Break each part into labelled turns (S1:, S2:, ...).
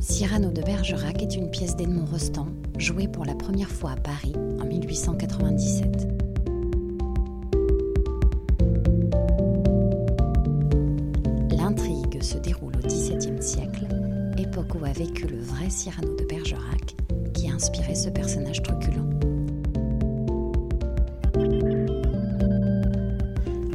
S1: Cyrano de Bergerac est une pièce d'Edmond Rostand, jouée pour la première fois à Paris en 1897. L'intrigue se déroule au XVIIe siècle, époque où a vécu le vrai Cyrano de Bergerac, qui a inspiré ce personnage truculent.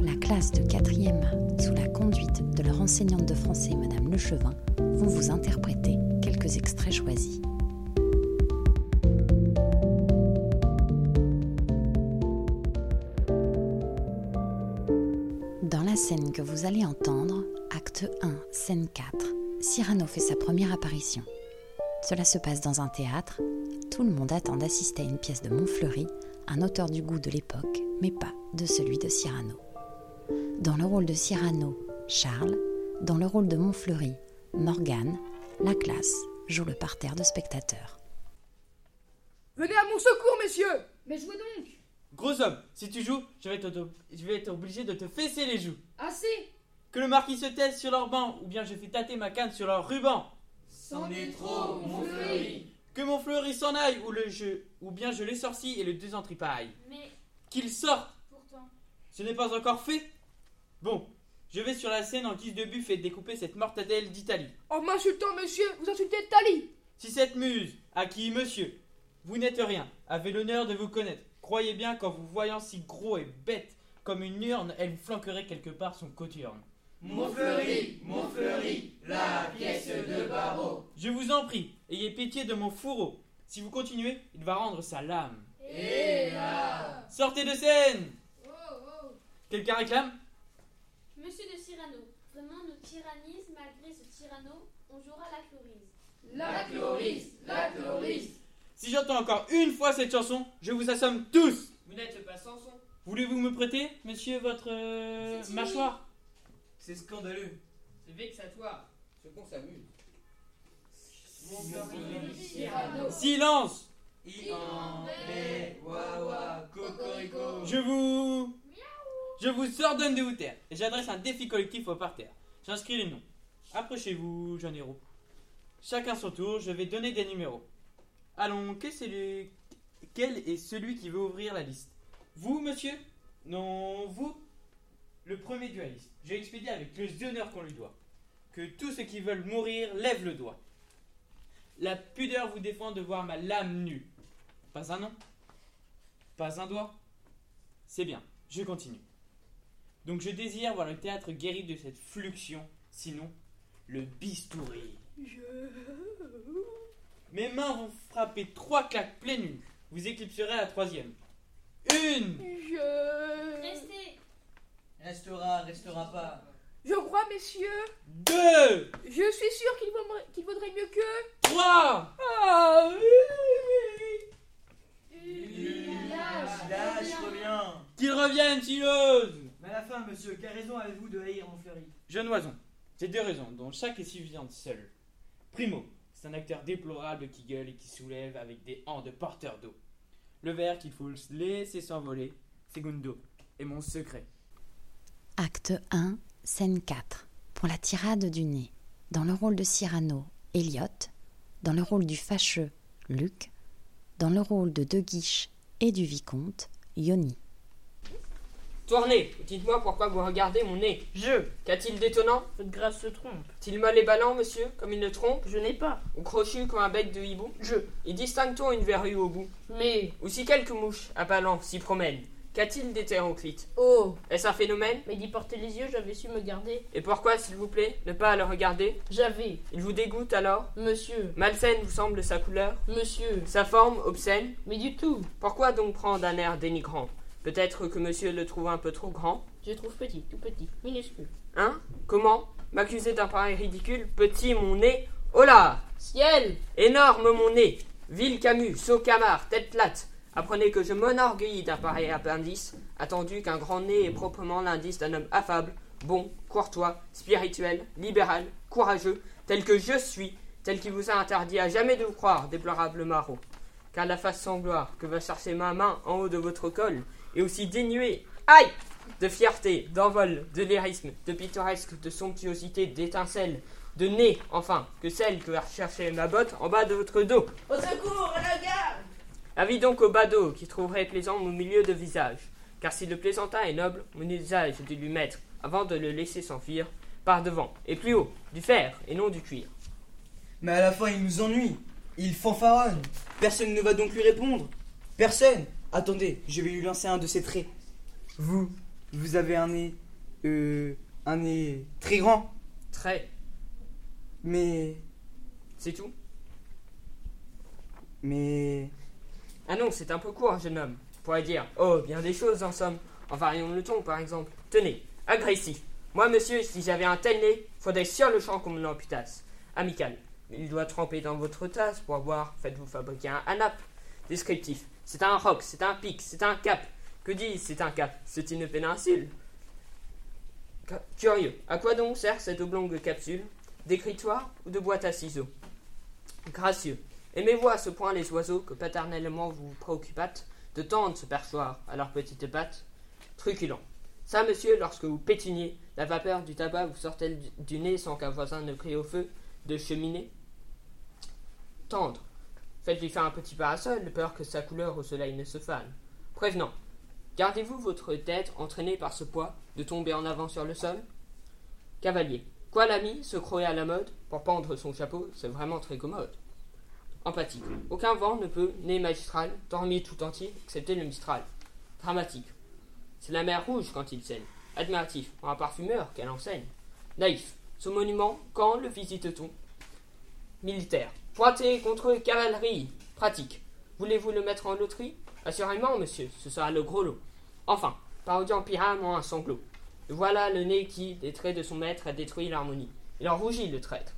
S1: La classe de 4e A, sous la conduite de leur enseignante de français, Madame Lechevin, vont vous interpréter quelques extraits choisis. Dans la scène que vous allez entendre, acte 1, scène 4, Cyrano fait sa première apparition. Cela se passe dans un théâtre. Tout le monde attend d'assister à une pièce de Montfleury, un auteur du goût de l'époque, mais pas de celui de Cyrano. Dans le rôle de Cyrano, Charles, dans le rôle de Montfleury, Morgane, la classe joue le parterre de spectateurs.
S2: Venez à mon secours, messieurs
S3: Mais jouez donc
S4: Gros homme, si tu joues, je vais, être, je vais être obligé de te fesser les joues.
S3: Assez
S4: Que le marquis se taise sur leur banc, ou bien je fais tâter ma canne sur leur ruban.
S3: C'en est trop, mon fleuri
S4: Que mon fleuri s'en aille, ou, le je, ou bien je l'essorcille et le deux en tripaille.
S3: Mais
S4: Qu'il sorte
S3: pourtant...
S4: Ce n'est pas encore fait Bon, je vais sur la scène en guise de buffet découper cette mortadelle d'Italie.
S2: En m'insultant, messieurs, vous insultez Tali
S4: Si cette muse, à qui monsieur, vous n'êtes rien, avez l'honneur de vous connaître, croyez bien qu'en vous voyant si gros et bête comme une urne, elle vous flanquerait quelque part son coturne.
S5: Montfleury, Montfleury, la pièce de barreau.
S4: Je vous en prie, ayez pitié de mon fourreau. Si vous continuez, il va rendre sa lame.
S5: Et là
S4: Sortez de scène
S3: Oh, oh
S4: Quelqu'un réclame
S6: Monsieur de Cyrano, vraiment nous tyrannise malgré ce tyranno, on jouera la chlorise.
S5: La chloris, la chloris.
S4: Si j'entends encore une fois cette chanson, je vous assomme tous
S7: Vous n'êtes pas Samson
S4: Voulez-vous me prêter, monsieur, votre euh,
S6: C'est fini.
S4: mâchoire
S7: C'est scandaleux. C'est vexatoire. Ce con s'amuse.
S5: Cyrano.
S4: Silence
S7: Il en
S5: Mais, wawa, cocorico.
S4: Je vous. Je vous ordonne de vous taire et j'adresse un défi collectif au parterre. J'inscris les noms. Approchez-vous, jeunes héros. Chacun son tour, je vais donner des numéros. Allons, que c'est le- quel est celui qui veut ouvrir la liste Vous, monsieur Non, vous Le premier dualiste. Je expédie avec le honneur qu'on lui doit. Que tous ceux qui veulent mourir lèvent le doigt. La pudeur vous défend de voir ma lame nue. Pas un nom Pas un doigt C'est bien, je continue. Donc je désire voir le théâtre guéri de cette fluxion, sinon le bistouri. Mes mains vont frapper trois claques pleines nues. Vous éclipserez la troisième. Une
S2: Je...
S6: Restez
S7: Restera, restera pas.
S2: Je crois, messieurs,
S4: Deux
S2: je suis sûr qu'il vaudrait, qu'il vaudrait mieux que...
S4: Trois
S2: Ah
S7: Lâche, reviens.
S4: Qu'ils reviennent, Chilose
S7: Mais à la fin, monsieur, quelle raison avez-vous de haïr Montfleury
S4: Jeune oison, j'ai deux raisons, dont chaque est suffisante seule. Primo, c'est un acteur déplorable qui gueule et qui soulève avec des hanches de porteur d'eau. Le verre qu'il faut laisser s'envoler, Segundo, est mon secret.
S1: Acte 1, scène 4. Pour la tirade du nez, dans le rôle de Cyrano, Elliot, dans le rôle du fâcheux, Luc, dans le rôle de De Guiche et du vicomte, Yoni.
S8: Tournez, dites-moi pourquoi vous regardez mon nez.
S9: Je,
S8: Qu'a-t-il d'étonnant
S9: votre grâce se trompe.
S8: Est-il mal et ballant, monsieur, comme il le trompe
S9: Je n'ai pas.
S8: Ou crochu comme un bec de hibou
S9: Je.
S8: Et distingue-t-on une verrue au bout
S9: Mais.
S8: Ou si quelques mouches, à ballants, s'y promènent Qu'a-t-il d'hétéroclite
S9: Oh.
S8: Est-ce un phénomène
S9: Mais d'y porter les yeux, j'avais su me garder.
S8: Et pourquoi, s'il vous plaît, ne pas le regarder
S9: J'avais.
S8: Il vous dégoûte alors
S9: Monsieur.
S8: Malsaine vous semble sa couleur
S9: Monsieur.
S8: Sa forme obscène
S9: Mais du tout.
S8: Pourquoi donc prendre un air dénigrant Peut-être que monsieur le trouve un peu trop grand
S9: Je trouve petit, tout petit, minuscule.
S8: Hein Comment M'accuser d'un pareil ridicule Petit mon nez Oh là
S9: Ciel
S8: Énorme mon nez Ville Camus, saut Camard, tête plate Apprenez que je m'enorgueillis d'un pareil appendice, attendu qu'un grand nez est proprement l'indice d'un homme affable, bon, courtois, spirituel, libéral, courageux, tel que je suis, tel qu'il vous a interdit à jamais de vous croire, déplorable maraud. Car la face sans gloire que va chercher ma main en haut de votre col est aussi dénuée, aïe De fierté, d'envol, de lyrisme, de pittoresque, de somptuosité, d'étincelle, de nez, enfin, que celle que recherchait ma botte en bas de votre dos.
S7: Au secours, à la garde
S8: Avis donc au badaud qui trouverait plaisant au milieu de visage, car si le plaisantin est noble, mon usage est de lui mettre, avant de le laisser s'enfuir, par devant, et plus haut, du fer et non du cuir.
S10: Mais à la fin, il nous ennuie. Il fanfaronne. Personne ne va donc lui répondre. Personne. Attendez, je vais lui lancer un de ses traits. Vous, vous avez un nez, euh, un nez très grand.
S8: Très.
S10: Mais,
S8: C'est tout
S10: mais,
S8: Ah non, c'est un peu court, jeune homme. On pourrait dire, oh, bien des choses en somme, en variant le ton par exemple. Tenez, agressif. Moi, monsieur, si j'avais un tel nez, faudrait sur le champ qu'on me l'amputasse. Amical. Il doit tremper dans votre tasse pour boire. Faites-vous fabriquer un anap. Descriptif. C'est un roc, c'est un pic, c'est un cap. Que dis c'est un cap C'est une péninsule. Cu- Curieux. À quoi donc sert cette oblongue capsule D'écritoire ou de boîte à ciseaux Gracieux. Aimez-vous à ce point les oiseaux que paternellement vous vous préoccupâtes de tant de se perchoir à leurs petites pattes Truculent. Ça, monsieur, lorsque vous pétuniez, la vapeur du tabac vous sortait du, du nez sans qu'un voisin ne crie au feu de cheminée Tendre. Faites-lui faire un petit parasol, de peur que sa couleur au soleil ne se fane. Prévenant. Gardez-vous votre tête entraînée par ce poids de tomber en avant sur le sol Cavalier. Quoi l'ami, se croer à la mode, pour pendre son chapeau, c'est vraiment très commode. Empathique. Aucun vent ne peut, né magistral, dormir tout entier, excepté le mistral. Dramatique. C'est la mer rouge quand il saigne. Admiratif, en un parfumeur qu'elle enseigne. Naïf. Ce monument, quand le visite-t-on Militaire. Pointé contre cavalerie. Pratique. Voulez-vous le mettre en loterie Assurément, monsieur, ce sera le gros lot. Enfin, parodiant pyramidement un sanglot. Voilà le nez qui, des traits de son maître, a détruit l'harmonie. Il en rougit, le traître.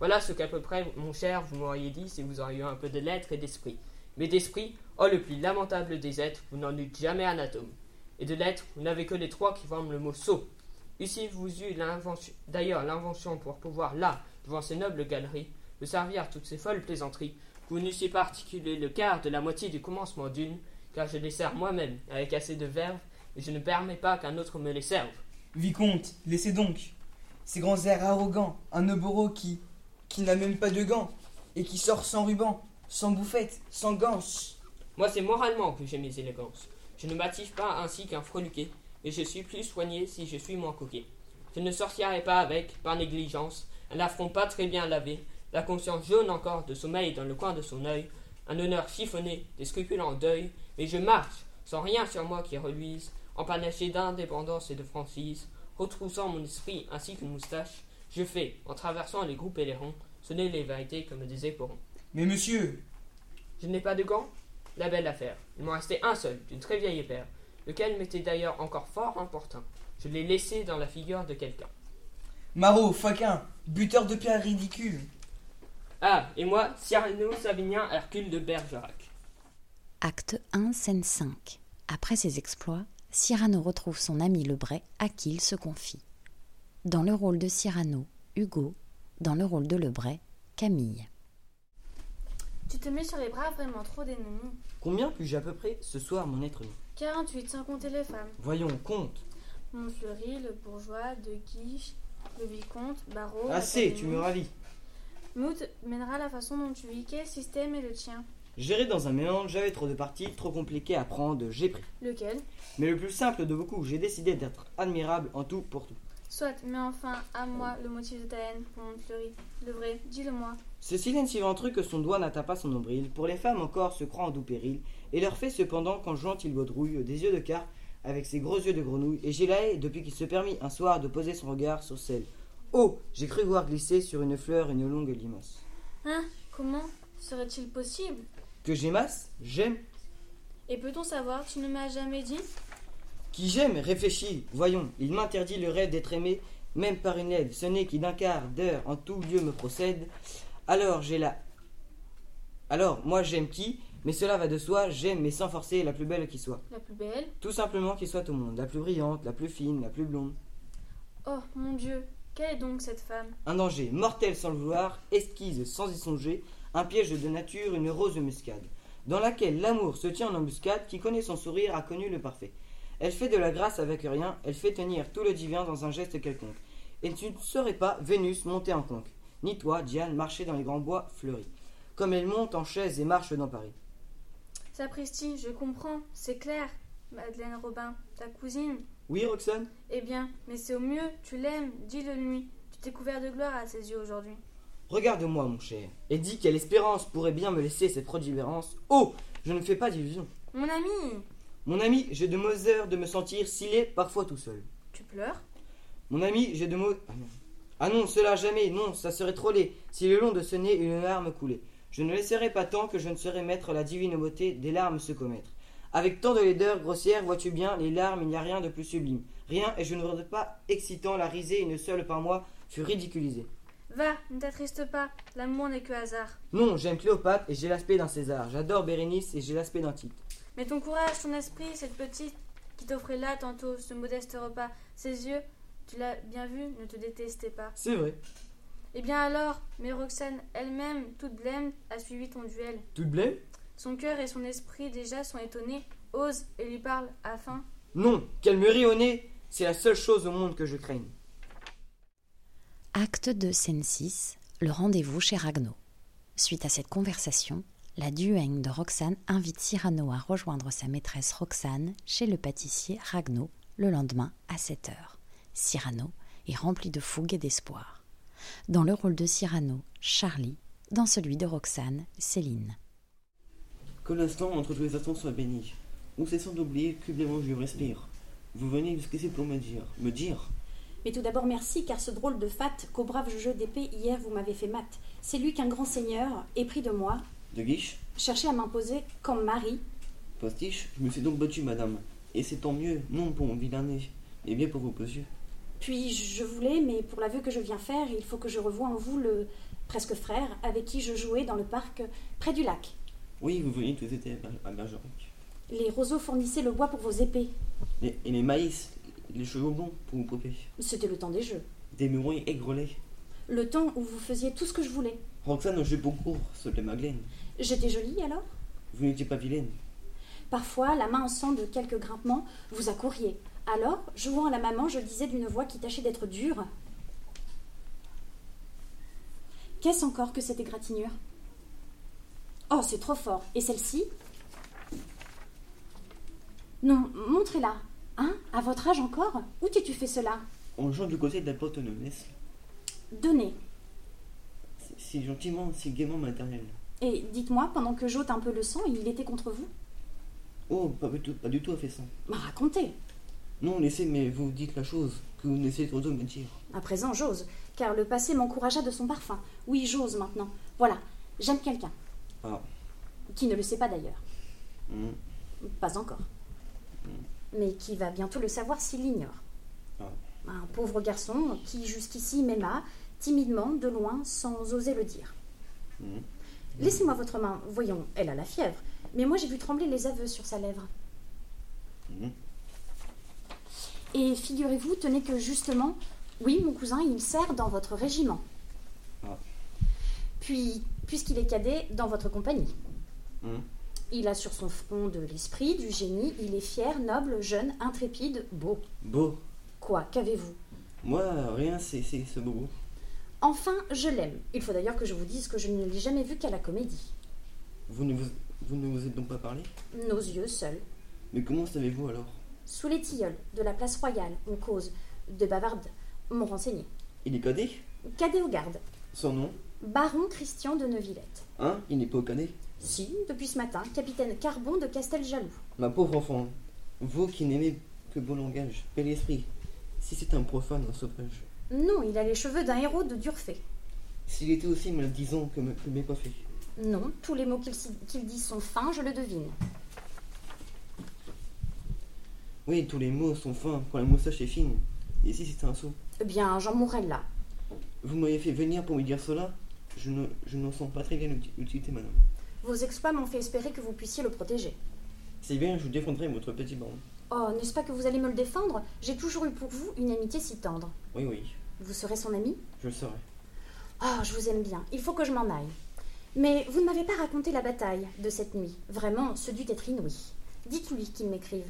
S8: Voilà ce qu'à peu près, mon cher, vous m'auriez dit si vous auriez eu un peu de lettres et d'esprit. Mais d'esprit, oh le plus lamentable des êtres, vous n'en eûtes jamais anatome. Et de lettres, vous n'avez que les trois qui forment le mot sot. Eussy vous eu l'invention, d'ailleurs l'invention pour pouvoir, là, devant ces nobles galeries, me servir à toutes ces folles plaisanteries, que vous n'eussiez pas articulé le quart de la moitié du commencement d'une, car je les sers moi-même, avec assez de verve, et je ne permets pas qu'un autre me les serve.
S10: vicomte, laissez donc. Ces grands airs arrogants, un oboro qui, qui n'a même pas de gants, et qui sort sans ruban, sans bouffette, sans gants.
S8: Moi, c'est moralement que j'ai mes élégances. Je ne m'attive pas ainsi qu'un freluquet, mais je suis plus soigné si je suis moins coquet. Je ne sortirai pas avec, par négligence, un affront pas très bien lavé, la conscience jaune encore de sommeil dans le coin de son œil, un honneur chiffonné, des scrupules en deuil, mais je marche, sans rien sur moi qui reluise, empanaché d'indépendance et de franchise, retroussant mon esprit ainsi qu'une moustache, je fais, en traversant les groupes et les ronds, sonner les vérités que me disait Poron.
S10: Mais monsieur,
S8: Je n'ai pas de gants La belle affaire. Il m'en restait un seul, d'une très vieille paire, lequel m'était d'ailleurs encore fort important. Je l'ai laissé dans la figure de quelqu'un.
S10: Marot, faquin, buteur de pierres ridicules.
S8: Ah, et moi, Cyrano Savinien Hercule de Bergerac.
S1: Acte 1, scène 5. Après ses exploits, Cyrano retrouve son ami Lebray à qui il se confie. Dans le rôle de Cyrano, Hugo. Dans le rôle de Lebray, Camille.
S11: Tu te mets sur les bras vraiment trop d'ennemis.
S12: Combien puis-je à peu près ce soir, mon être nu
S11: 48 sans compter les femmes.
S12: Voyons, compte.
S11: Montfleury, le bourgeois, de Guiche, le vicomte,
S5: Ah,
S11: Barreau.
S12: Assez, tu me
S11: Athénie.
S12: ravis.
S11: Mout mènera la façon dont tu vis, quel système est le tien
S12: Géré dans un mélange, j'avais trop de parties, trop compliquées à prendre, j'ai pris.
S11: Lequel
S12: Mais le plus simple de beaucoup, j'ai décidé d'être admirable en tout pour tout.
S11: Soit, mais enfin, à moi le motif de ta haine pour Montfleury. Le vrai, dis-le-moi.
S12: Ce silence si ventru que son doigt n'atteint pas son nombril, pour les femmes encore se croient en doux péril, et leur fait cependant qu'en jouant il baudrouille des yeux de carpe avec ses gros yeux de grenouille, et j'ai la haie depuis qu'il se permit un soir de poser son regard sur celle. Oh J'ai cru voir glisser sur une fleur une longue limace.
S11: Hein Comment Serait-il possible
S12: Que j'aimasse J'aime.
S11: Et peut-on savoir, tu ne m'as jamais dit
S12: Qui j'aime Réfléchis, voyons, il m'interdit le rêve d'être aimé, même par une aide, ce n'est qui d'un quart d'heure en tout lieu me procède. Alors j'ai la. Alors moi j'aime qui Mais cela va de soi, j'aime mais sans forcer la plus belle qui soit.
S11: La plus belle
S12: Tout simplement qui soit au monde, la plus brillante, la plus fine, la plus blonde.
S11: Oh mon Dieu, quelle est donc cette femme
S12: Un danger mortel sans le vouloir, esquise sans y songer, un piège de nature, une rose muscade, dans laquelle l'amour se tient en embuscade, qui connaît son sourire a connu le parfait. Elle fait de la grâce avec rien, elle fait tenir tout le divin dans un geste quelconque. Et tu ne saurais pas Vénus monter en conque. ni toi, Diane, marcher dans les grands bois fleuris, comme elle monte en chaise et marche dans Paris.
S11: Sapristi, je comprends, c'est clair. Madeleine Robin, ta cousine.
S12: Oui, Roxane
S11: Eh bien, mais c'est au mieux, tu l'aimes, dis-le-lui. Tu t'es couvert de gloire à ses yeux aujourd'hui.
S12: Regarde-moi, mon cher, et dis quelle espérance pourrait bien me laisser cette protubérance. Oh Je ne fais pas d'illusion.
S11: Mon ami
S12: Mon ami, j'ai de mauvaises heures de me sentir s'il est parfois tout seul.
S11: Tu pleures
S12: Mon ami, j'ai de mauvaises. Ah non. Ah non, cela jamais, non, ça serait trop laid, si le long de ce nez une larme coulait. Je ne laisserai pas tant que je ne saurais mettre la divine beauté des larmes se commettre. Avec tant de laideur grossière, vois-tu bien, les larmes, il n'y a rien de plus sublime. Rien, et je ne voudrais pas excitant la risée, une seule par moi fut ridiculisée.
S11: Va, ne t'attriste pas, l'amour n'est que hasard.
S12: Non, j'aime Cléopâtre et j'ai l'aspect d'un César. J'adore Bérénice et j'ai l'aspect d'un Tite.
S11: Mais ton courage, ton esprit, cette petite qui t'offrait là tantôt ce modeste repas, ses yeux, tu l'as bien vu, ne te détestait pas.
S12: C'est vrai.
S11: Eh bien alors, mais Roxane elle-même, toute blême, a suivi ton duel.
S12: Toute blême
S11: Son cœur et son esprit déjà sont étonnés, ose et lui parle afin.
S12: Non, qu'elle me rie au nez, c'est la seule chose au monde que je craigne.
S1: Acte 2, scène 6, le rendez-vous chez Ragno. Suite à cette conversation, la duègne de Roxane invite Cyrano à rejoindre sa maîtresse Roxane chez le pâtissier Ragno le lendemain à 7 heures. Cyrano est rempli de fougue et d'espoir. Dans le rôle de Cyrano, Charlie, dans celui de Roxane, Céline.
S13: Que l'instant entre tous les instants soit béni. Nous cessons d'oublier que l'évangile respire. Vous venez jusqu'ici pour me dire. Me dire
S14: Mais tout d'abord merci car ce drôle de fat qu'au brave jeu d'épée hier vous m'avez fait mat. C'est lui qu'un grand seigneur, épris de moi,
S13: De guiche
S14: cherchait à m'imposer comme mari.
S13: Postiche, je me suis donc battu, madame. Et c'est tant mieux, non pour mon vilain nez, mais bien pour vos beaux yeux.
S14: Puis je voulais, mais pour l'aveu que je viens faire, il faut que je revoie en vous le presque frère avec qui je jouais dans le parc euh, près du lac.
S13: Oui, vous venez tous étaient à Ber- à Bergerac.
S14: Les roseaux fournissaient le bois pour vos épées.
S13: Et, et les maïs, les chevaux blonds pour vous poper.
S14: C'était le temps des jeux.
S13: Des mourons aigrelets.
S14: Le temps où vous faisiez tout ce que je voulais.
S13: Roxane, j'ai beaucoup, se plaît Madeleine.
S14: J'étais jolie alors
S13: Vous n'étiez pas vilaine.
S14: Parfois, la main en sang de quelques grimpements, vous accouriez. Alors, jouant à la maman, je disais d'une voix qui tâchait d'être dure Qu'est-ce encore que cette égratignure Oh, c'est trop fort. Et celle-ci Non, montrez-la. Hein À votre âge encore Où t'es-tu fait cela
S13: En jouant du côté de la porte de Metz,
S14: Donnez.
S13: si gentiment, si gaiement maternel.
S14: Et dites-moi, pendant que j'ôte un peu le sang, il était contre vous
S13: Oh, pas du tout, pas du tout affaissant.
S14: Bah, racontez.
S13: Non, laissez, mais vous dites la chose que vous n'essayez trop de me dire.
S14: À présent, j'ose, car le passé m'encouragea de son parfum. Oui, j'ose maintenant. Voilà, j'aime quelqu'un,
S13: Ah,
S14: qui ne le sait pas d'ailleurs.
S13: hmm,
S14: Pas encore. Mais qui va bientôt le savoir s'il l'ignore.
S13: Ah.
S14: Un pauvre garçon qui jusqu'ici m'aima, timidement, de loin, sans oser le dire.
S13: hmm.
S14: Laissez-moi votre main, voyons, elle a la fièvre. Mais moi j'ai vu trembler les aveux sur sa lèvre.
S13: Mhm.
S14: Et figurez-vous, tenez que justement, oui, mon cousin, il sert dans votre régiment.
S13: Ah.
S14: Puis, puisqu'il est cadet, dans votre compagnie.
S13: hmm.
S14: Il a sur son front de l'esprit, du génie, il est fier, noble, jeune, intrépide, beau.
S13: Beau.
S14: Quoi, qu'avez-vous
S13: Moi, rien, c'est c'est ce bobo.
S14: Enfin, je l'aime. Il faut d'ailleurs que je vous dise que je ne l'ai jamais vu qu'à la comédie.
S13: Vous ne vous, vous ne vous êtes donc pas parlé
S14: Nos yeux seuls.
S13: Mais comment savez-vous alors
S14: Sous les tilleuls, de la place royale, on cause. De bavarde, m'ont renseigné.
S13: Il est cadet
S14: Cadet aux gardes,
S13: Son nom
S14: baron Christian de Neuvillette.
S13: Hein Il n'est pas au cadet
S14: Si, depuis ce matin, capitaine Carbon de Casteljaloux.
S13: Ma pauvre enfant, vous qui n'aimez que beau langage, bel esprit, si c'est un profane, un sauvage,
S14: Non, il a les cheveux d'un héros de Durfé.
S13: s'il était aussi maledisant que, me- que mes coiffés,
S14: Non, tous les mots qu'il s- qu'il dit sont fins, je le devine.
S13: oui, tous les mots sont fins quand la moustache est fine, et si c'était un sot,
S14: Eh bien, Jean Morella.
S13: vous m'avez fait venir pour me dire cela, je ne- je n'en sens pas très bien l'uti- l'utilité, madame.
S14: Vos exploits m'ont fait espérer que vous puissiez le protéger.
S13: C'est bien, je vous défendrai votre petit baron.
S14: Oh, n'est-ce pas que vous allez me le défendre J'ai toujours eu pour vous une amitié si tendre.
S13: Oui, oui,
S14: Vous serez son ami
S13: je le saurai.
S14: Oh, je vous aime bien. Il faut que je m'en aille. Mais vous ne m'avez pas raconté la bataille de cette nuit. Vraiment, ce dut être inouï. Dites-lui qu'il m'écrive.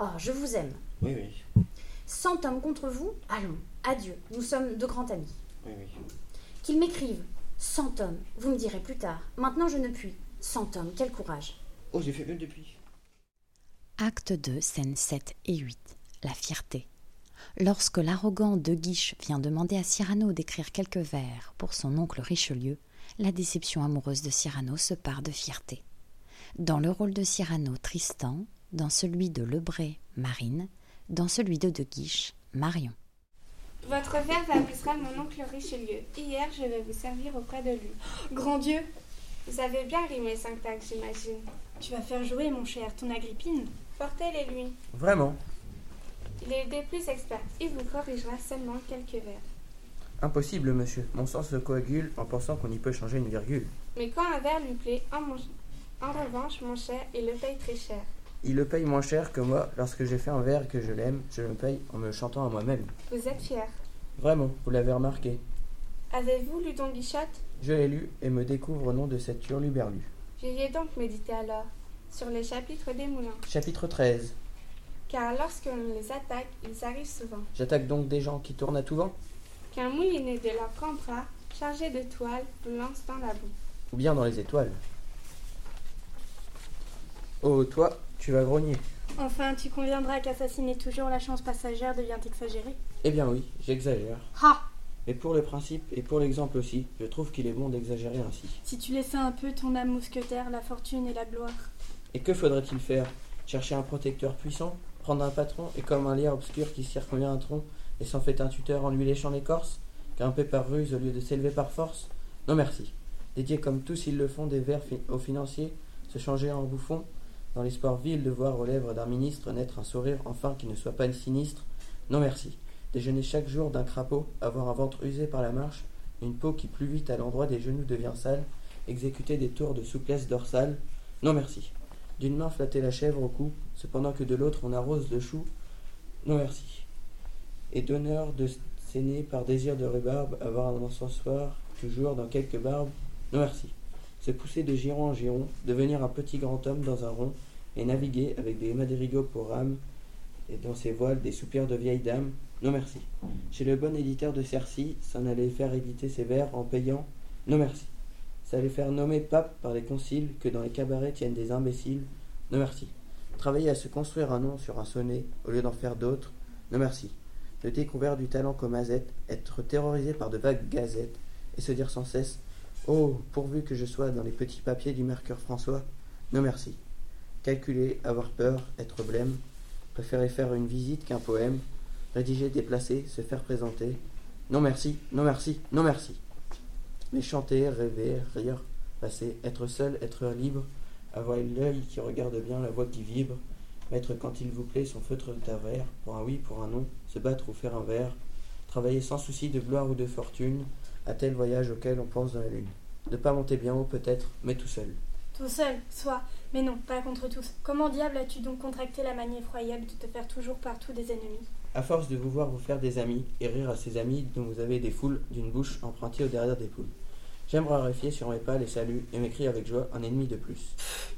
S14: Oh, je vous aime.
S13: Oui, oui,
S14: Cent hommes contre vous Allons, adieu. Nous sommes de grands amis.
S13: oui, oui.
S14: Qu'il m'écrive. Cent hommes, vous me direz plus tard. Maintenant, je ne puis. Cent hommes, quel courage.
S13: Oh, j'ai fait mieux depuis.
S1: Acte 2, scènes 7 et 8. La fierté. Lorsque l'arrogant De Guiche vient demander à Cyrano d'écrire quelques vers pour son oncle Richelieu, la déception amoureuse de Cyrano se part de fierté. Dans le rôle de Cyrano, Tristan, dans celui de Lebray, Marine, dans celui de De Guiche, Marion.
S15: Votre verre amusera mon oncle Richelieu. Hier, je vais vous servir auprès de lui. Grand Dieu Vous avez bien rimé cinq tacs, j'imagine. Tu vas faire jouer, mon cher, ton Agrippine. Portez-les lui.
S16: Vraiment,
S15: Il est des plus experts. Il vous corrigera seulement quelques vers.
S16: impossible, monsieur. Mon sang se coagule en pensant qu'on y peut changer une virgule.
S15: Mais quand un verre lui plaît, en, mon- en revanche, mon cher, il le paye très cher.
S16: Il le paye moins cher que moi. Lorsque j'ai fait un verre que je l'aime, je le paye en me chantant à moi-même.
S15: Vous êtes fier.
S16: Vraiment, vous l'avez remarqué.
S15: Avez-vous lu Don Quichotte
S16: Je l'ai lu et me découvre au nom de cette hurluberlu.
S15: J'y ai donc médité alors, sur les chapitres des moulins.
S16: Chapitre 13.
S15: Car lorsqu'on les attaque, ils arrivent souvent.
S16: J'attaque donc des gens qui tournent à tout vent,
S15: Qu'un moulinet de leur grand bras, chargé de toile, vous lance dans la boue.
S16: ou bien dans les étoiles. Oh, toi, tu vas grogner.
S17: Enfin, tu conviendras qu'assassiner toujours la chance passagère devient exagéré.
S16: Eh bien oui, j'exagère.
S17: Ah
S16: Mais pour le principe et pour l'exemple aussi, je trouve qu'il est bon d'exagérer ainsi.
S17: Si tu laissais un peu ton âme mousquetaire, la fortune et la gloire.
S16: Et que faudrait-il faire Chercher un protecteur puissant Prendre un patron et comme un lierre obscur qui circonvient un tronc et s'en fait un tuteur en lui léchant l'écorce Grimper par ruse au lieu de s'élever par force Non merci. Dédier comme tous ils le font des vers fi- aux financiers, se changer en bouffon, dans l'espoir vil de voir aux lèvres d'un ministre naître un sourire enfin qui ne soit pas sinistre Non merci. Déjeuner chaque jour d'un crapaud, avoir un ventre usé par la marche, une peau qui plus vite à l'endroit des genoux devient sale, exécuter des tours de souplesse dorsale Non merci. D'une main flatter la chèvre au cou, cependant que de l'autre on arrose de choux. Non merci. Et d'honneur de s'aîner par désir de rhubarbe, avoir un encensoir toujours dans quelques barbes. Non merci. Se pousser de giron en giron, devenir un petit grand homme dans un rond, et naviguer avec des madrigaux pour âme, et dans ses voiles des soupirs de vieilles dames. Non merci. Chez le bon éditeur de Cercy, s'en allait faire éditer ses vers en payant. Non merci. Ça allait faire nommer pape par les conciles que dans les cabarets tiennent des imbéciles. Non merci. Travailler à se construire un nom sur un sonnet au lieu d'en faire d'autres. Non merci. Le découvert du talent comme azette, être terrorisé par de vagues gazettes et se dire sans cesse Oh, pourvu que je sois dans les petits papiers du Mercure François. Non merci. Calculer, avoir peur, être blême, préférer faire une visite qu'un poème, rédiger, déplacer, se faire présenter. Non merci, non merci, non merci. Mais chanter, rêver, rire, passer, être seul, être libre, avoir l'œil qui regarde bien, la voix qui vibre, mettre quand il vous plaît son feutre de taverne, pour un oui, pour un non, se battre ou faire un verre, travailler sans souci de gloire ou de fortune, à tel voyage auquel on pense dans la lune. Ne pas monter bien haut peut-être, mais tout seul.
S17: Tout seul, soit, mais non, pas contre tous. Comment diable as-tu donc contracté la manie effroyable de te faire toujours partout des ennemis
S16: À force de vouloir vous faire des amis et rire à ces amis dont vous avez des foules d'une bouche empruntée au derrière des poules. J'aime raréfier sur mes pas les saluts et m'écrire avec joie un ennemi de plus.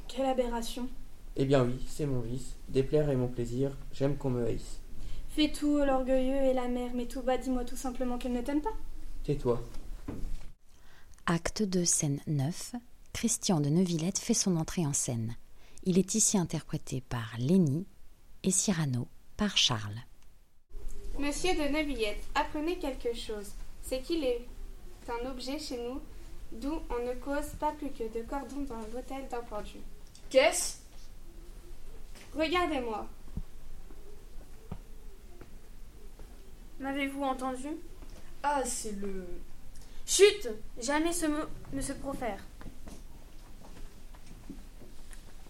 S17: Quelle aberration
S16: Eh bien oui, c'est mon vice, déplaire est mon plaisir, j'aime qu'on me haïsse.
S17: Fais tout, l'orgueilleux et la mère, mais tout bas, dis-moi tout simplement qu'elle ne t'aime pas.
S16: Tais-toi.
S1: Acte 2, scène 9. Christian de Neuvillette fait son entrée en scène. Il est ici interprété par Lénie et Cyrano par Charles.
S15: Monsieur de Neuvillette, apprenez quelque chose. C'est qu'il est un objet chez nous, d'où on ne cause pas plus que de cordons dans l'hôtel d'un pendu. Qu'est-ce Regardez-moi.
S11: M'avez-vous entendu
S2: Ah, c'est le.
S11: Chut Jamais ce mot ne se profère.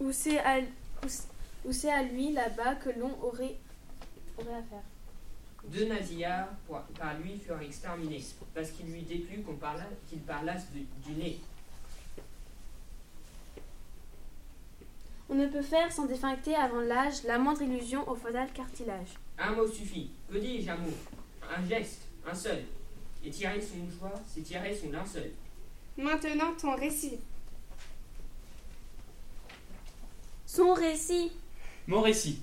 S11: Ou c'est à, ou c'est- ou c'est à lui là-bas que l'on aurait, aurait affaire.
S7: Deux nasillards, pour- par lui, furent exterminés, parce qu'il lui déplut qu'on parlât- qu'il parlasse du- du nez.
S11: On ne peut faire sans défuncter avant l'âge la moindre illusion au fatal cartilage.
S7: Un mot suffit. Que dis-je, amour Un geste, un seul. Et tirer son mouchoir, c'est tirer son linceul.
S15: Maintenant ton récit.
S11: Son récit
S18: Mon récit.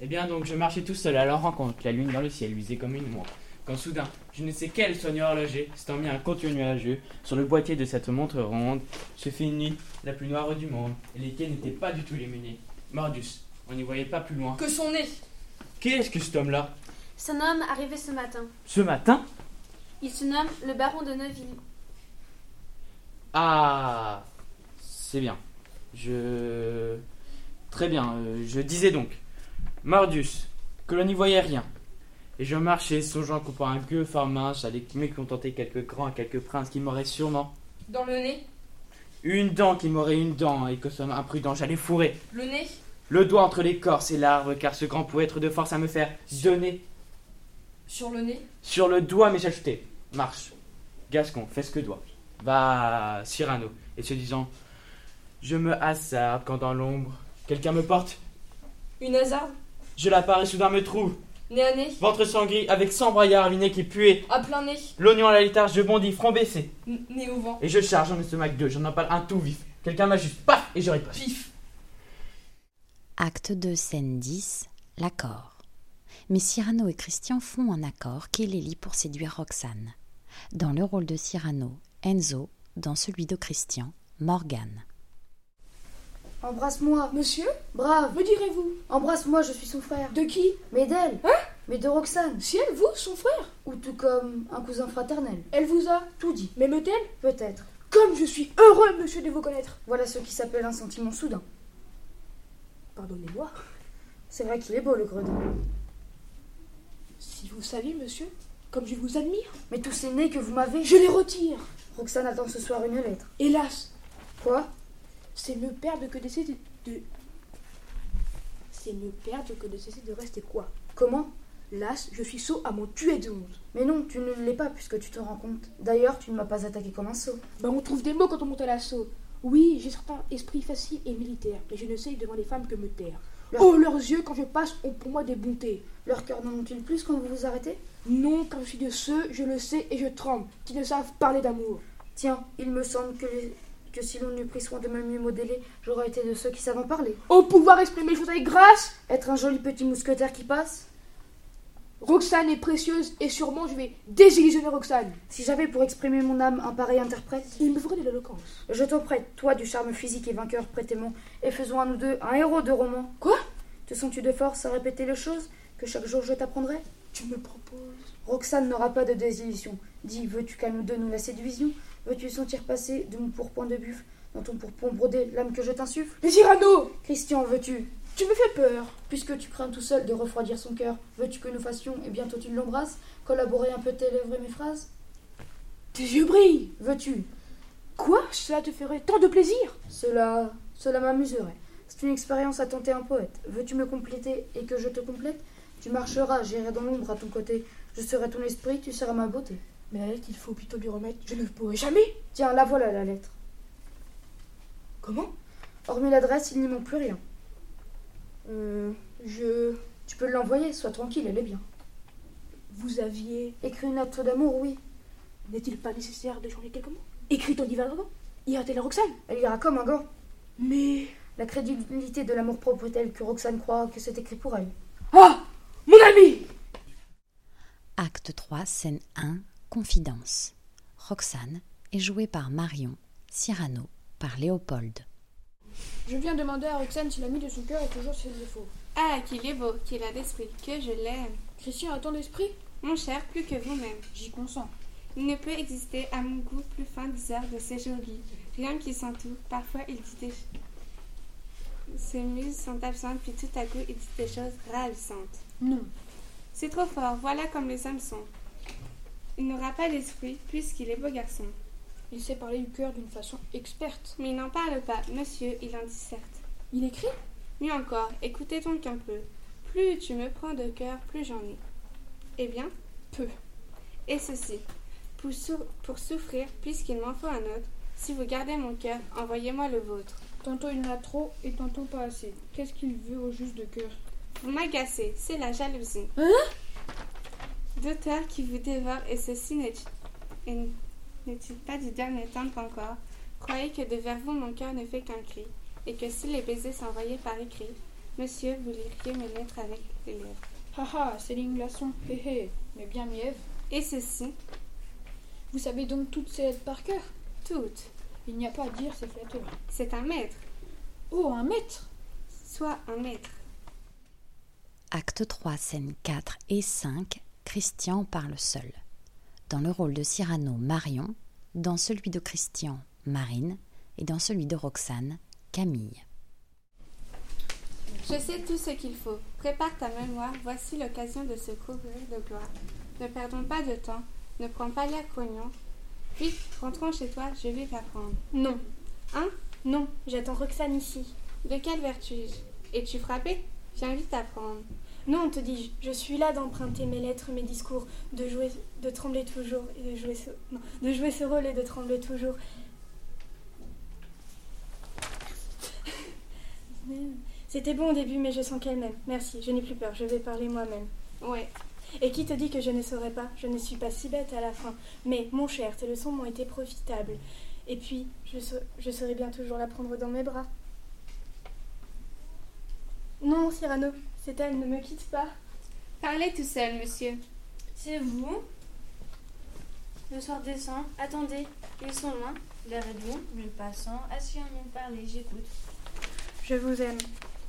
S18: Eh bien donc je marchais tout seul à leur rencontre, la lune dans le ciel luisait comme une montre.
S4: quand soudain, je ne sais quel soigneur horloger s'endormit un continu nuageux sur le boîtier de cette montre ronde. Ce fut une nuit la plus noire du monde, et les quais n'étaient pas du tout illuminés. Mordus, on n'y voyait pas plus loin.
S2: Que son nez
S4: Qui est-ce que cet homme-là
S11: Son homme arrivé ce matin.
S4: Ce matin
S11: Il se nomme le baron de Neuville.
S4: Ah C'est bien. Je. Très bien, euh, je disais donc. Mordus, que l'on n'y voyait rien. Et je marchais, songeant qu'au un gueux fort mince, j'allais mécontenter quelques grands, quelques princes qui m'auraient sûrement.
S2: Dans le nez
S4: Une dent qui m'aurait une dent, et que somme imprudent, j'allais fourrer.
S2: Le nez
S4: Le doigt entre l'écorce et l'arbre, car ce grand pouvait être de force à me faire donner.
S2: Sur le nez
S4: Sur le doigt, mais j'ajoutais. Marche. Gascon, fais ce que doit. Va, Cyrano. Et se disant, je me hasarde quand dans l'ombre, quelqu'un me porte.
S2: Une hasarde
S4: Je la pars et soudain me trouve.
S2: Nez à nez
S4: Ventre sans gris, avec cent braillards, le nez qui puait.
S2: À plein nez
S4: L'oignon à la létharge, je bondis, front baissé.
S2: N- Nez au vent
S4: Et je charge, j'en estomac deux, j'en empale un tout vif. Quelqu'un m'ajuste, paf, et je réponds. Pif
S1: Acte 2, scène 10, l'accord. Mais Cyrano et Christian font un accord qu'elle élit pour séduire Roxane. Dans le rôle de Cyrano, Enzo, dans celui de Christian, Morgane.
S18: Embrasse-moi. Monsieur Brave. Me direz-vous Embrasse-moi, je suis son frère. De qui Mais d'elle. Hein Mais de Roxane. Si elle, vous, son frère Ou tout comme un cousin fraternel. Elle vous a Tout dit. Mais me t-elle Peut-être. Comme je suis heureux, monsieur, de vous connaître. Voilà ce qui s'appelle un sentiment soudain. Pardonnez-moi. C'est vrai qu'il est beau, le gredin. Si vous saviez, monsieur, comme je vous admire. Mais tous ces nez que vous m'avez. Je les retire. Roxane attend ce soir une lettre. Hélas. Quoi C'est mieux perdre que d'essayer de. de- C'est mieux perdre que de cesser de rester quoi Comment Las, je suis sot à m'en tuer de honte. Mais non, tu ne l'es pas puisque tu te rends compte. D'ailleurs, tu ne m'as pas attaqué comme un sot. Bah, on trouve des mots quand on monte à l'assaut. Oui, j'ai certains esprits faciles et militaires, mais je ne sais devant les femmes que me taire. Oh, leurs yeux, quand je passe, ont pour moi des bontés. Leur cœur n'en ont-ils plus quand vous vous arrêtez Non, quand je suis de ceux, je le sais et je tremble, qui ne savent parler d'amour. Tiens, il me semble que, que si l'on eût pris soin de me mieux modeler, j'aurais été de ceux qui savent en parler. Oh, pouvoir exprimer les choses avec grâce Être un joli petit mousquetaire qui passe Roxane est précieuse et sûrement je vais désillusionner Roxane. Si j'avais pour exprimer mon âme un pareil interprète, il me faudrait de l'éloquence. Je t'en prête, toi du charme physique et vainqueur prêtement, et faisons à nous deux un héros de roman. Quoi Te sens-tu de force à répéter les choses que chaque jour je t'apprendrai Tu me proposes. Roxane n'aura pas de désillusion. Dis, veux-tu qu'à nous deux nous la séduisions Veux-tu sentir passer de mon pourpoint de buffle dans ton pourpoint brodé l'âme que je t'insuffle Les Cyrano Christian, veux-tu tu me fais peur. Puisque tu crains tout seul de refroidir son cœur, veux-tu que nous fassions, et bientôt tu l'embrasses, collaborer un peu tes lèvres et mes phrases Tes yeux brillent Veux-tu Quoi Cela te ferait tant de plaisir Cela. cela m'amuserait. C'est une expérience à tenter un poète. Veux-tu me compléter et que je te complète Tu marcheras, j'irai dans l'ombre à ton côté. Je serai ton esprit, tu seras ma beauté. Mais la lettre, il faut plutôt lui remettre. Je ne pourrai jamais Tiens, la voilà la lettre. Comment Hormis l'adresse, il n'y manque plus rien. Euh, je. Tu peux l'envoyer, sois tranquille, elle est bien. Vous aviez. Écrit une lettre d'amour, oui. N'est-il pas nécessaire de changer quelques mots Écrit ton divagant Ira-t-elle à Roxane Elle ira comme un gant. Mais. La crédibilité de l'amour propre est telle que Roxane croit que c'est écrit pour elle. Ah Mon ami
S1: Acte 3, scène 1, confidence. Roxane est jouée par Marion, Cyrano par Léopold.
S18: Je viens demander à Roxane si l'ami de son cœur est toujours ses défauts.
S15: Ah, qu'il est beau, qu'il a d'esprit, que je l'aime.
S18: Christian a tant d'esprit
S15: Mon cher, plus que vous-même.
S18: J'y consens.
S15: Il ne peut exister à mon goût plus fin diseur de ses jolis. Rien qui sent tout. Parfois, il dit des Ses muses sont absentes, puis tout à coup, il dit des choses ravissantes.
S18: Non.
S15: C'est trop fort, voilà comme les hommes sont. Il n'aura pas d'esprit, puisqu'il est beau garçon.
S18: Il sait parler du cœur d'une façon experte.
S15: Mais il n'en parle pas, monsieur, il en disserte.
S18: Il écrit
S15: Mieux encore, écoutez donc un peu. Plus tu me prends de cœur, plus j'en ai. Eh bien, peu. Et ceci, pour, sou- pour souffrir, puisqu'il m'en faut un autre, si vous gardez mon cœur, envoyez-moi le vôtre.
S18: Tantôt il en a trop et tantôt pas assez. Qu'est-ce qu'il veut au juste de cœur
S15: Vous m'agacez, c'est la jalousie.
S18: Hein?
S15: D'auteur qui vous dévore, et ceci n'est- et n'est-il pas du dernier temps encore Croyez que de vers vous mon cœur ne fait qu'un cri, et que si les baisers s'envoyaient par écrit, monsieur, vous liriez mes lettres avec les lèvres.
S18: Haha, Céline Glaçon, hé hé, mais bien mièvre.
S15: Et ceci
S18: Vous savez donc toutes ces lettres par cœur
S15: Toutes.
S18: Il n'y a pas à dire, c'est flatteur.
S15: C'est un maître.
S18: Oh, un maître
S15: Soit un maître.
S1: Acte 3, scènes 4 et 5, Christian parle seul. Dans le rôle de Cyrano, Marion, dans celui de Christian, Marine, et dans celui de Roxane, Camille.
S15: Je sais tout ce qu'il faut. Prépare ta mémoire. Voici l'occasion de se couvrir de gloire. Ne perdons pas de temps. Ne prends pas l'air grognon. Vite, rentrons chez toi. Je vais t'apprendre.
S17: Non.
S15: Hein
S17: Non, j'attends Roxane ici.
S15: De quelle vertu Es-tu frappé Viens vite apprendre.
S17: Non, te dis-je, je suis là d'emprunter mes lettres, mes discours, de jouer, de trembler toujours et de jouer ce, non, de jouer ce rôle et de trembler toujours. C'était bon au début, mais je sens qu'elle m'aime. Merci, je n'ai plus peur, je vais parler moi-même.
S15: Ouais.
S17: Et qui te dit que je ne saurais pas Je ne suis pas si bête à la fin. Mais, mon cher, tes leçons m'ont été profitables. Et puis, je, sa- je saurai bien toujours la prendre dans mes bras. Non, Cyrano, c'est elle, ne me quitte pas.
S15: Parlez tout seul, monsieur.
S3: C'est vous Le soir descend. Attendez, ils sont loin. L'air est doux, nous passons. Assis, on nous parler, j'écoute.
S17: Je vous aime.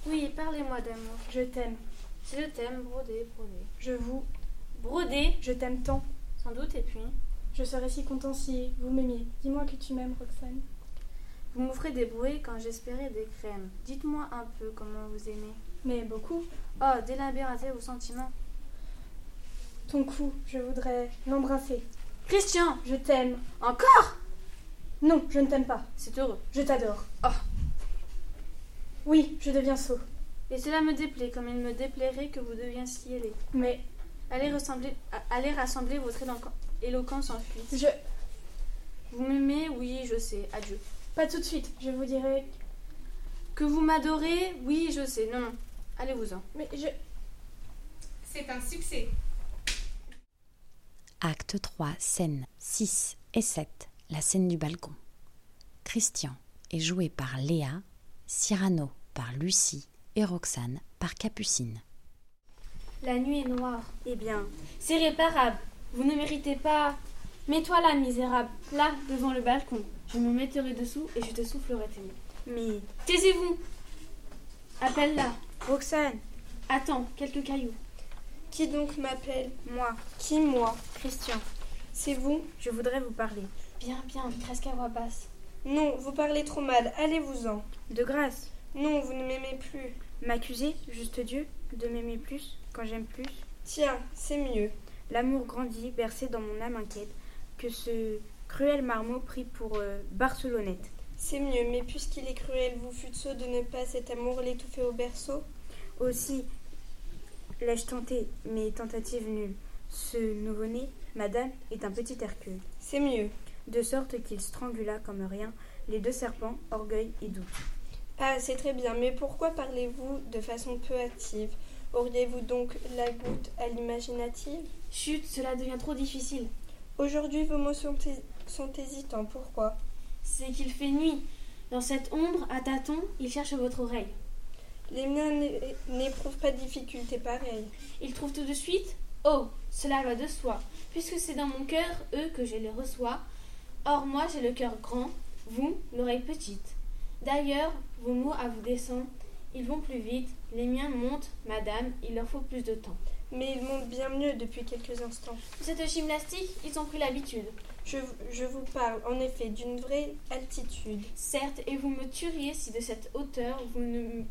S3: Oui, parlez-moi d'amour.
S17: Je t'aime.
S3: Je t'aime, brodé, brodé.
S17: Je vous.
S3: Brodé
S17: Je t'aime tant.
S3: Sans doute, et puis
S17: Je serais si content si vous m'aimiez. Dis-moi que tu m'aimes, Roxane.
S3: Vous m'offrez des brouées quand j'espérais des crèmes. Dites-moi un peu comment vous aimez.
S17: Mais beaucoup.
S3: Oh, délibératez vos sentiments.
S17: Ton cou, je voudrais l'embrasser.
S3: Christian
S17: Je t'aime.
S3: Encore
S17: Non, je ne t'aime pas.
S3: C'est heureux.
S17: Je t'adore. Oh. Oui, je deviens sot.
S3: Et cela me déplaît, comme il me déplairait que vous deviensiez aller.
S17: Mais
S3: Allez, ressembler, a- allez rassembler votre éloqu- éloquence en fuite.
S17: Je.
S3: Vous m'aimez, oui, je sais. Adieu.
S17: pas tout de suite. Je vous dirai.
S3: Que vous m'adorez, oui, je sais. Non, non. Allez-vous-en.
S17: Mais je.
S15: C'est un succès.
S1: Acte 3, scènes 6 et 7, la scène du balcon. Christian est joué par Léa, Cyrano par Lucie et Roxane par Capucine.
S3: La nuit est noire. Eh bien, c'est réparable. Vous ne méritez pas. Mets-toi là, misérable, là, devant le balcon. Je me mettrai dessous et je te soufflerai tes mots. Mais. Taisez-vous Appelle-la.
S17: Roxane.
S3: Attends, quelques cailloux.
S15: Qui donc m'appelle Moi. Qui moi
S3: Christian.
S15: C'est vous
S3: Je voudrais vous parler. Bien, bien, presque à voix basse.
S15: Non, vous parlez trop mal. Allez-vous-en.
S3: De grâce.
S15: Non, vous ne m'aimez plus.
S3: M'accuser, juste Dieu, de m'aimer plus quand j'aime plus.
S15: Tiens, c'est mieux.
S3: L'amour grandit, bercé dans mon âme inquiète, que ce cruel marmot prit pour euh, Barcelonnette.
S15: C'est mieux, mais puisqu'il est cruel, vous fûtes sot de ne pas cet amour l'étouffer au berceau
S3: Aussi l'ai-je tenté, mais tentative nulle. Ce nouveau-né, madame, est un petit Hercule.
S15: C'est mieux.
S3: De sorte qu'il strangula comme rien les deux serpents, orgueil et doute.
S15: Ah, c'est très bien, mais pourquoi parlez-vous de façon peu active Auriez-vous donc la goutte à l'imaginative
S3: Chut, cela devient trop difficile.
S15: Aujourd'hui, vos mots sont, hé- sont hésitants. Pourquoi
S3: C'est qu'il fait nuit. Dans cette ombre, à tâtons, il cherche votre oreille.
S15: Les miens n'é- n'éprouvent pas de difficulté pareille.
S3: Il trouve tout de suite Oh, cela va de soi, puisque c'est dans mon cœur, eux, que je les reçois. Or, moi, j'ai le cœur grand, vous, l'oreille petite. D'ailleurs, vos mots à vous descendent, ils vont plus vite, les miens montent, madame, il leur faut plus de temps.
S15: Mais ils montent bien mieux depuis quelques instants.
S3: Cette gymnastique, ils ont pris l'habitude.
S15: Je, je vous parle en effet d'une vraie altitude.
S3: Certes, et vous me tueriez si de cette hauteur vous, ne, m-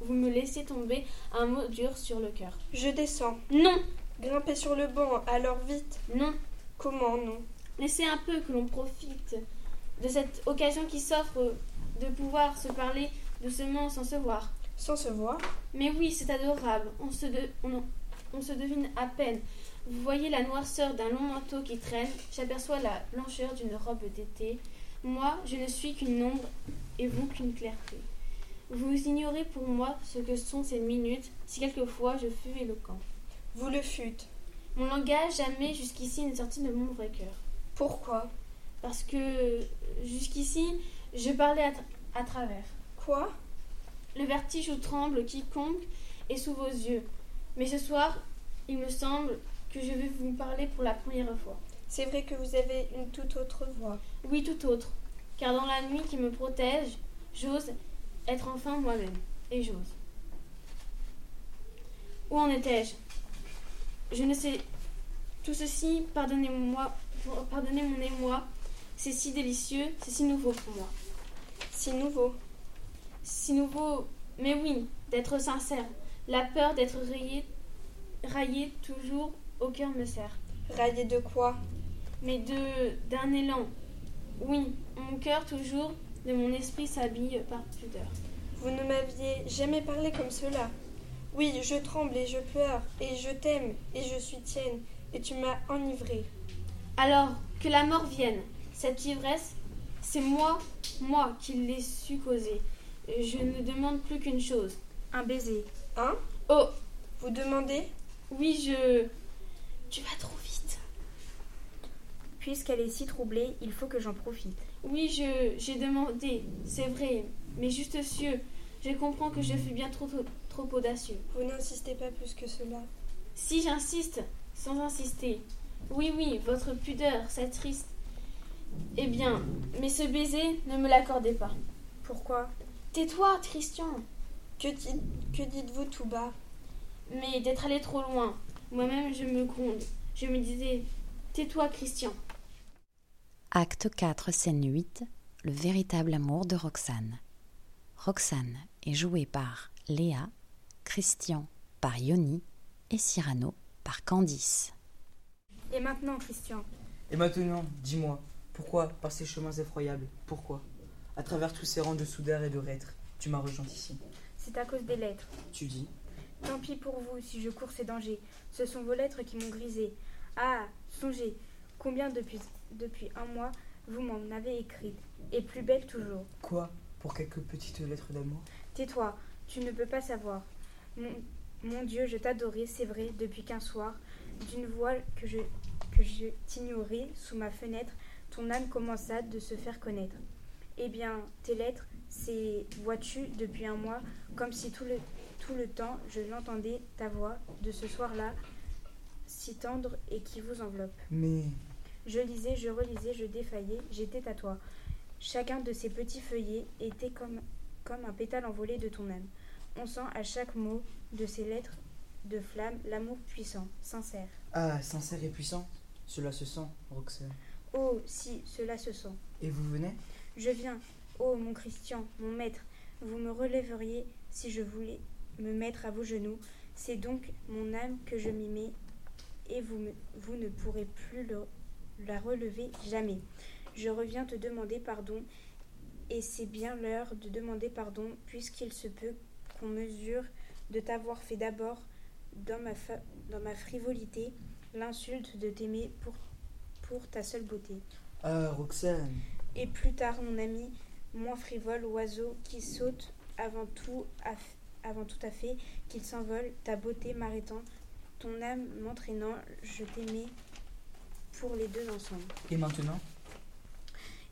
S3: vous me laissez tomber un mot dur sur le cœur.
S15: Je descends.
S3: Non,
S15: Grimpez sur le banc, alors vite.
S3: non,
S15: Comment non
S3: Laissez un peu que l'on profite de cette occasion qui s'offre de pouvoir se parler doucement sans se voir.
S15: Sans se voir
S3: Mais oui, c'est adorable. On se, de- on- on se devine à peine. Vous voyez la noirceur d'un long manteau qui traîne. J'aperçois la blancheur d'une robe d'été. Moi, je ne suis qu'une ombre et vous qu'une clarté. Vous ignorez pour moi ce que sont ces minutes si quelquefois je fus éloquent.
S15: Vous le fûtes.
S3: Mon langage jamais jusqu'ici n'est sorti de mon vrai cœur.
S15: Pourquoi
S3: Parce que euh, jusqu'ici, je parlais à, tra- à travers.
S15: Quoi
S3: Le vertige où tremble quiconque est sous vos yeux. Mais ce soir, il me semble que je vais vous parler pour la première fois. C'est vrai que vous avez une toute autre voix. Oui, toute autre. Car dans la nuit qui me protège, j'ose être enfin moi-même. Et j'ose. Où en étais-je Je ne sais. Tout ceci, pardonnez-moi, pour- pardonnez mon émoi. C'est si délicieux, c'est si nouveau pour moi. Si nouveau. Si nouveau, mais oui, d'être sincère. La peur d'être rayé, raillé toujours au cœur me serre. Raillé de quoi Mais de d'un élan. Oui, mon cœur toujours de mon esprit s'habille par pudeur.
S15: Vous ne m'aviez jamais parlé comme cela. Oui, je tremble et je pleure, et je t'aime, et je suis tienne, et tu m'as enivrée.
S3: Alors, que la mort vienne, cette ivresse, c'est moi, moi qui l'ai su causer. Je ne demande plus qu'une chose. Un baiser. Hein Oh Vous demandez Oui, je... Tu vas trop vite.
S19: Puisqu'elle est si troublée, il faut que j'en profite.
S3: Oui, je j'ai demandé, c'est vrai, mais juste cieux, je comprends que je fus bien trop, trop, trop audacieux. Vous n'insistez pas plus que cela. Si j'insiste, sans insister. Oui, oui, votre pudeur, c'est triste. Eh bien, mais ce baiser, ne me l'accordez pas. Pourquoi Tais-toi, Christian. Que, que dites-vous tout bas Mais d'être allé trop loin. Moi-même, je me gronde. Je me disais, tais-toi, Christian.
S1: Acte 4, scène 8, le véritable amour de Roxane. Roxane est jouée par Léa, Christian par Yoni et Cyrano par Candice.
S19: Et maintenant, Christian
S10: Et maintenant, dis-moi, pourquoi par ces chemins effroyables Pourquoi À travers tous ces rangs de soudeurs et de reîtres, tu m'as rejointe ici.
S19: C'est à cause des lettres.
S10: Tu dis
S19: Tant pis pour vous si je cours ces dangers. Ce sont vos lettres qui m'ont grisé. Ah, songez, combien depuis, depuis un mois vous m'en avez écrites. Et plus belle toujours.
S10: quoi pour quelques petites lettres d'amour
S19: Tais-toi, tu ne peux pas savoir. Mon, mon Dieu, je t'adorais, c'est vrai, depuis qu'un soir, d'une voix que je, que je t'ignorais sous ma fenêtre, ton âme commença de se faire connaître. Eh bien, tes lettres, c'est, vois-tu, depuis un mois, comme si tout le, tout le temps je l'entendais, ta voix, de ce soir-là, si tendre et qui vous enveloppe.
S10: Mais
S19: Je lisais, je relisais, je défaillais, j'étais à toi. Chacun de ces petits feuillets était comme, comme un pétale envolé de ton âme. On sent à chaque mot de ces lettres de flamme l'amour puissant, sincère.
S10: ah, sincère et puissant, cela se sent, Roxane.
S19: Oh, si cela se sent.
S10: Et vous venez
S19: Je viens. Oh, mon Christian, mon maître, vous me relèveriez si je voulais me mettre à vos genoux. C'est donc mon âme que je m'y mets et vous, me- vous ne pourrez plus le- la relever jamais. Je reviens te demander pardon et c'est bien l'heure de demander pardon puisqu'il se peut qu'on mesure de t'avoir fait d'abord dans ma, fa- dans ma frivolité l'insulte de t'aimer pour, pour ta seule beauté.
S10: Ah, Roxane.
S19: Et plus tard, mon ami, moins frivole, oiseau qui saute avant tout à, f- avant tout à fait qu'il s'envole, ta beauté m'arrêtant, ton âme m'entraînant, je t'aimais pour les deux ensemble.
S10: Et maintenant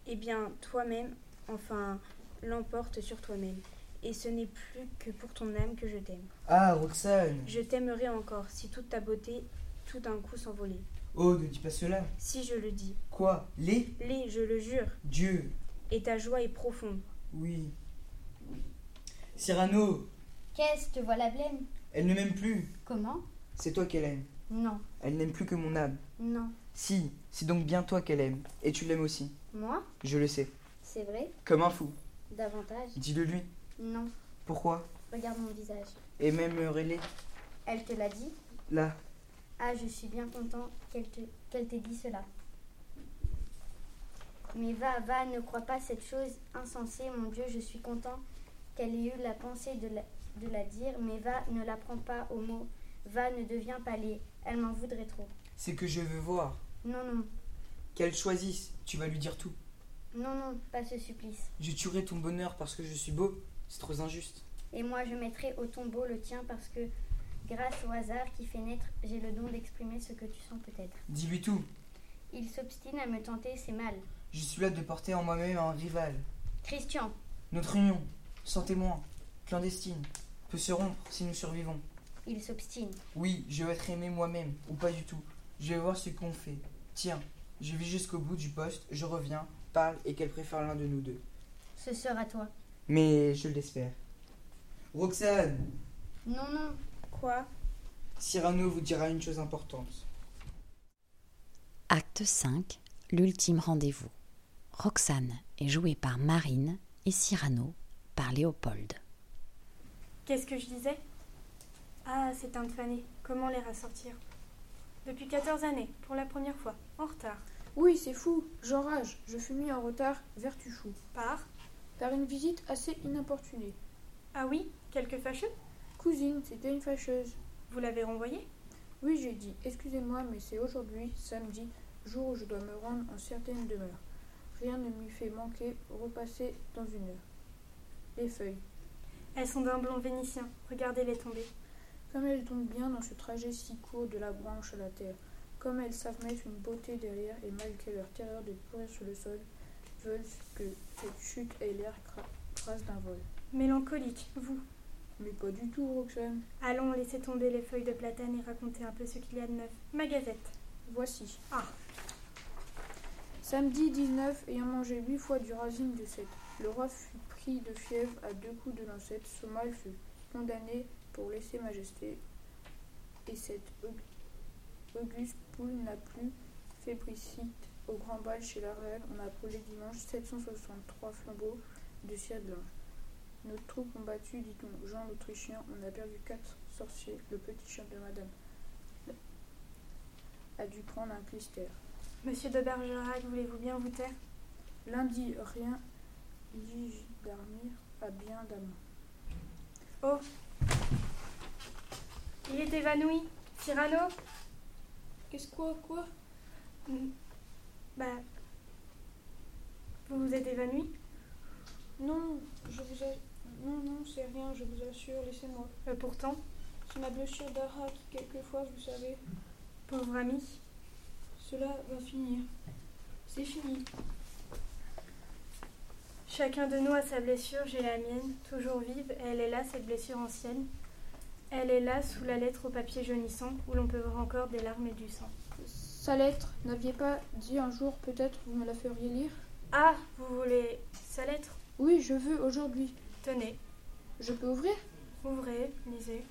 S19: Eh bien, toi-même, enfin, l'emporte sur toi-même. Et ce n'est plus que pour ton âme que je t'aime.
S10: Ah, Roxane
S19: Je t'aimerai encore si toute ta beauté tout d'un coup s'envolait.
S10: Oh, ne dis pas cela.
S19: Si je le dis,
S10: Quoi Les
S19: l'est, je le jure,
S10: Dieu
S19: et ta joie est profonde.
S10: Oui. Cyrano,
S20: Qu'est-ce Te voilà blême
S10: elle ne m'aime plus.
S20: Comment
S10: C'est toi qu'elle aime.
S20: Non,
S10: Elle n'aime plus que mon âme.
S20: non.
S10: Si, c'est donc bien toi qu'elle aime. Et tu l'aimes aussi.
S20: Moi
S10: Je le sais.
S20: C'est vrai
S10: Comme un fou.
S20: Davantage
S10: Dis-le lui.
S20: Non.
S10: Pourquoi
S20: Regarde mon visage.
S10: Et même Relais,
S20: Elle te l'a dit
S10: là.
S20: Ah, je suis bien content qu'elle te- qu'elle t'ait dit cela. Mais va, va, ne crois pas cette chose insensée, mon Dieu, je suis content qu'elle ait eu la pensée de la, de la dire, mais va, ne la prends pas au mot. Va, ne deviens pas laid, elle m'en voudrait trop.
S10: C'est que je veux voir.
S20: Non, non,
S10: Qu'elle choisisse. Tu vas lui dire tout.
S20: non, non, pas ce supplice.
S10: Je tuerai ton bonheur parce que je suis beau. C'est trop injuste.
S20: Et moi, je mettrai au tombeau le tien parce que, grâce au hasard qui fait naître, j'ai le don d'exprimer ce que tu sens peut-être.
S10: Dis-lui tout.
S20: Il s'obstine à me tenter, c'est mal.
S10: Je suis là de porter en moi-même un rival.
S20: Christian,
S10: Notre union, sans témoin, clandestine, peut se rompre si nous survivons.
S20: Il s'obstine.
S10: Oui, je vais être aimé moi-même, ou pas du tout. Je vais voir ce qu'on fait. Tiens, je vais jusqu'au bout du poste, je reviens, parle et qu'elle préfère l'un de nous deux.
S20: Ce sera toi.
S10: Mais je l'espère. Roxane,
S20: Non, non.
S21: Quoi
S10: Cyrano vous dira une chose importante.
S1: Acte 5, l'ultime rendez-vous. Roxane est jouée par Marine et Cyrano par Léopold.
S3: Qu'est-ce que je disais Ah, c'est un de fané. Comment les rassortir Depuis 14 années, pour la première fois, en retard.
S11: Oui, c'est fou, j'enrage, je fus mis en retard vers Tuchou.
S3: Par
S11: Par une visite assez inopportunée.
S3: Ah oui Quelque fâcheux
S11: Cousine, c'était une fâcheuse.
S3: Vous l'avez renvoyée
S11: Oui, j'ai dit, excusez-moi, mais c'est aujourd'hui, samedi, jour où je dois me rendre en certaines demeures. Rien ne m'y fait manquer, repasser dans une heure. Les feuilles.
S3: Elles sont d'un blanc vénitien. Regardez-les tomber.
S11: Comme elles tombent bien dans ce trajet si court de la branche à la terre, comme elles savent mettre une beauté derrière et malgré leur terreur de pleurer sur le sol, veulent que cette chute ait l'air cra- crasse d'un vol.
S3: Mélancolique, vous.
S11: Mais pas du tout, Roxane.
S3: Allons, laissez tomber les feuilles de platane et racontez un peu ce qu'il y a de neuf. Ma gazette.
S11: Voici.
S3: Ah,
S11: Samedi 19, ayant mangé huit fois du racine de sept, le roi fut pris de fièvre à deux coups de lancette. Son mâle fut condamné pour laisser majesté. Et cette aug- auguste poule n'a plus fébricite. Au grand bal chez la reine, on a brûlé dimanche 763 flambeaux de cire blanche. Nos troupes ont battu, dit-on, Jean l'Autrichien. On a perdu quatre sorciers. Le petit chien de madame a dû prendre un clistère.
S3: monsieur de Bergerac, voulez-vous bien vous taire
S11: Lundi, rien. Lige d'armir a bien d'amant.
S3: Oh Il est évanoui Cyrano
S22: Qu'est-ce quoi Quoi
S3: Hmm. Bah. Vous vous êtes évanoui
S11: Non, je vous a- Non, non, c'est rien, je vous assure, laissez-moi.
S3: Euh, Pourtant,
S11: C'est ma blessure d'Ara qui, quelquefois, vous savez,
S3: pauvre ami.
S11: cela va finir. C'est fini.
S3: Chacun de nous a sa blessure, j'ai la mienne, toujours vive, et elle est là, cette blessure ancienne. Elle est là, sous la lettre au papier jaunissant, où l'on peut voir encore des larmes et du sang.
S11: Sa lettre, n'aviez pas dit un jour, peut-être, vous me la feriez lire
S3: Ah, vous voulez sa lettre
S11: Oui, je veux aujourd'hui.
S3: Tenez,
S11: Je peux ouvrir
S3: ouvrez, lisez.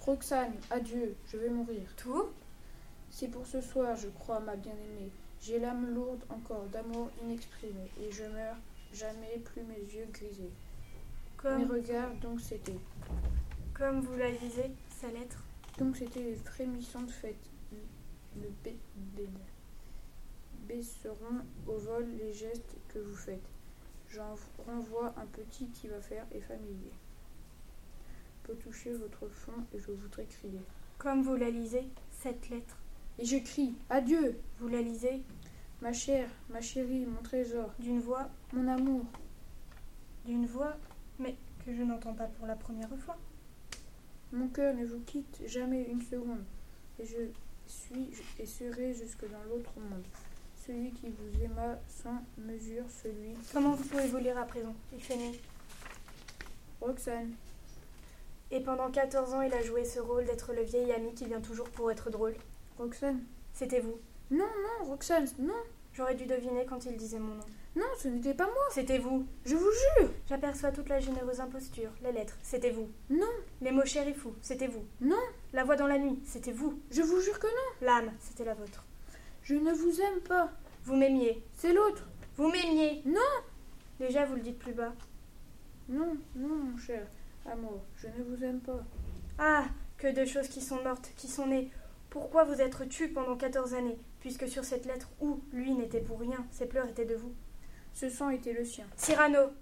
S11: Roxane, adieu, je vais mourir.
S3: Tout
S11: C'est pour ce soir, je crois, ma bien-aimée. J'ai l'âme lourde encore d'amour inexprimé, et je meurs jamais plus mes yeux grisés. Mes
S3: Comme,
S11: regards, donc c'était.
S3: comme vous la lisez, sa lettre.
S11: Donc c'était les frémissantes fêtes. Ne ba- ba- baisseront au vol les gestes que vous faites. J'en renvoie un petit qui va faire et familier. Peut toucher votre fond et je voudrais crier.
S3: Comme vous la lisez, cette lettre.
S11: Et je crie, adieu,
S3: Vous la lisez
S11: ma chère, ma chérie, mon trésor,
S3: d'une voix,
S11: mon amour.
S3: d'une voix, mais que je n'entends pas pour la première fois.
S11: Mon cœur ne vous quitte jamais une seconde, et je suis et serai jusque dans l'autre monde. Celui qui vous aima sans mesure, celui.
S3: Comment vous pouvez vous lire à présent Il fait nuit.
S11: Roxane,
S3: Et pendant 14 ans, il a joué ce rôle d'être le vieil ami qui vient toujours pour être drôle.
S11: Roxane.
S3: C'était vous.
S11: Non, non, Roxane, non,
S3: J'aurais dû deviner quand il disait mon nom.
S11: non, ce n'était pas moi.
S3: C'était vous.
S11: Je vous jure.
S3: J'aperçois toute la généreuse imposture, les lettres, c'était vous.
S11: Non,
S3: Les mots chers et fous, c'était vous.
S11: non,
S3: La voix dans la nuit, c'était vous.
S11: je vous jure que non.
S3: L'âme, c'était la vôtre.
S11: Je ne vous aime pas.
S3: Vous m'aimiez.
S11: C'est l'autre.
S3: Vous m'aimiez.
S11: Non,
S3: Déjà, vous le dites plus bas.
S11: non, non, mon cher amour, je ne vous aime pas.
S3: Ah, que de choses qui sont mortes, qui sont nées. Pourquoi vous être tué pendant 14 années Puisque sur cette lettre où lui n'était pour rien, ses pleurs étaient de vous.
S11: Ce sang était le sien.
S3: Cyrano,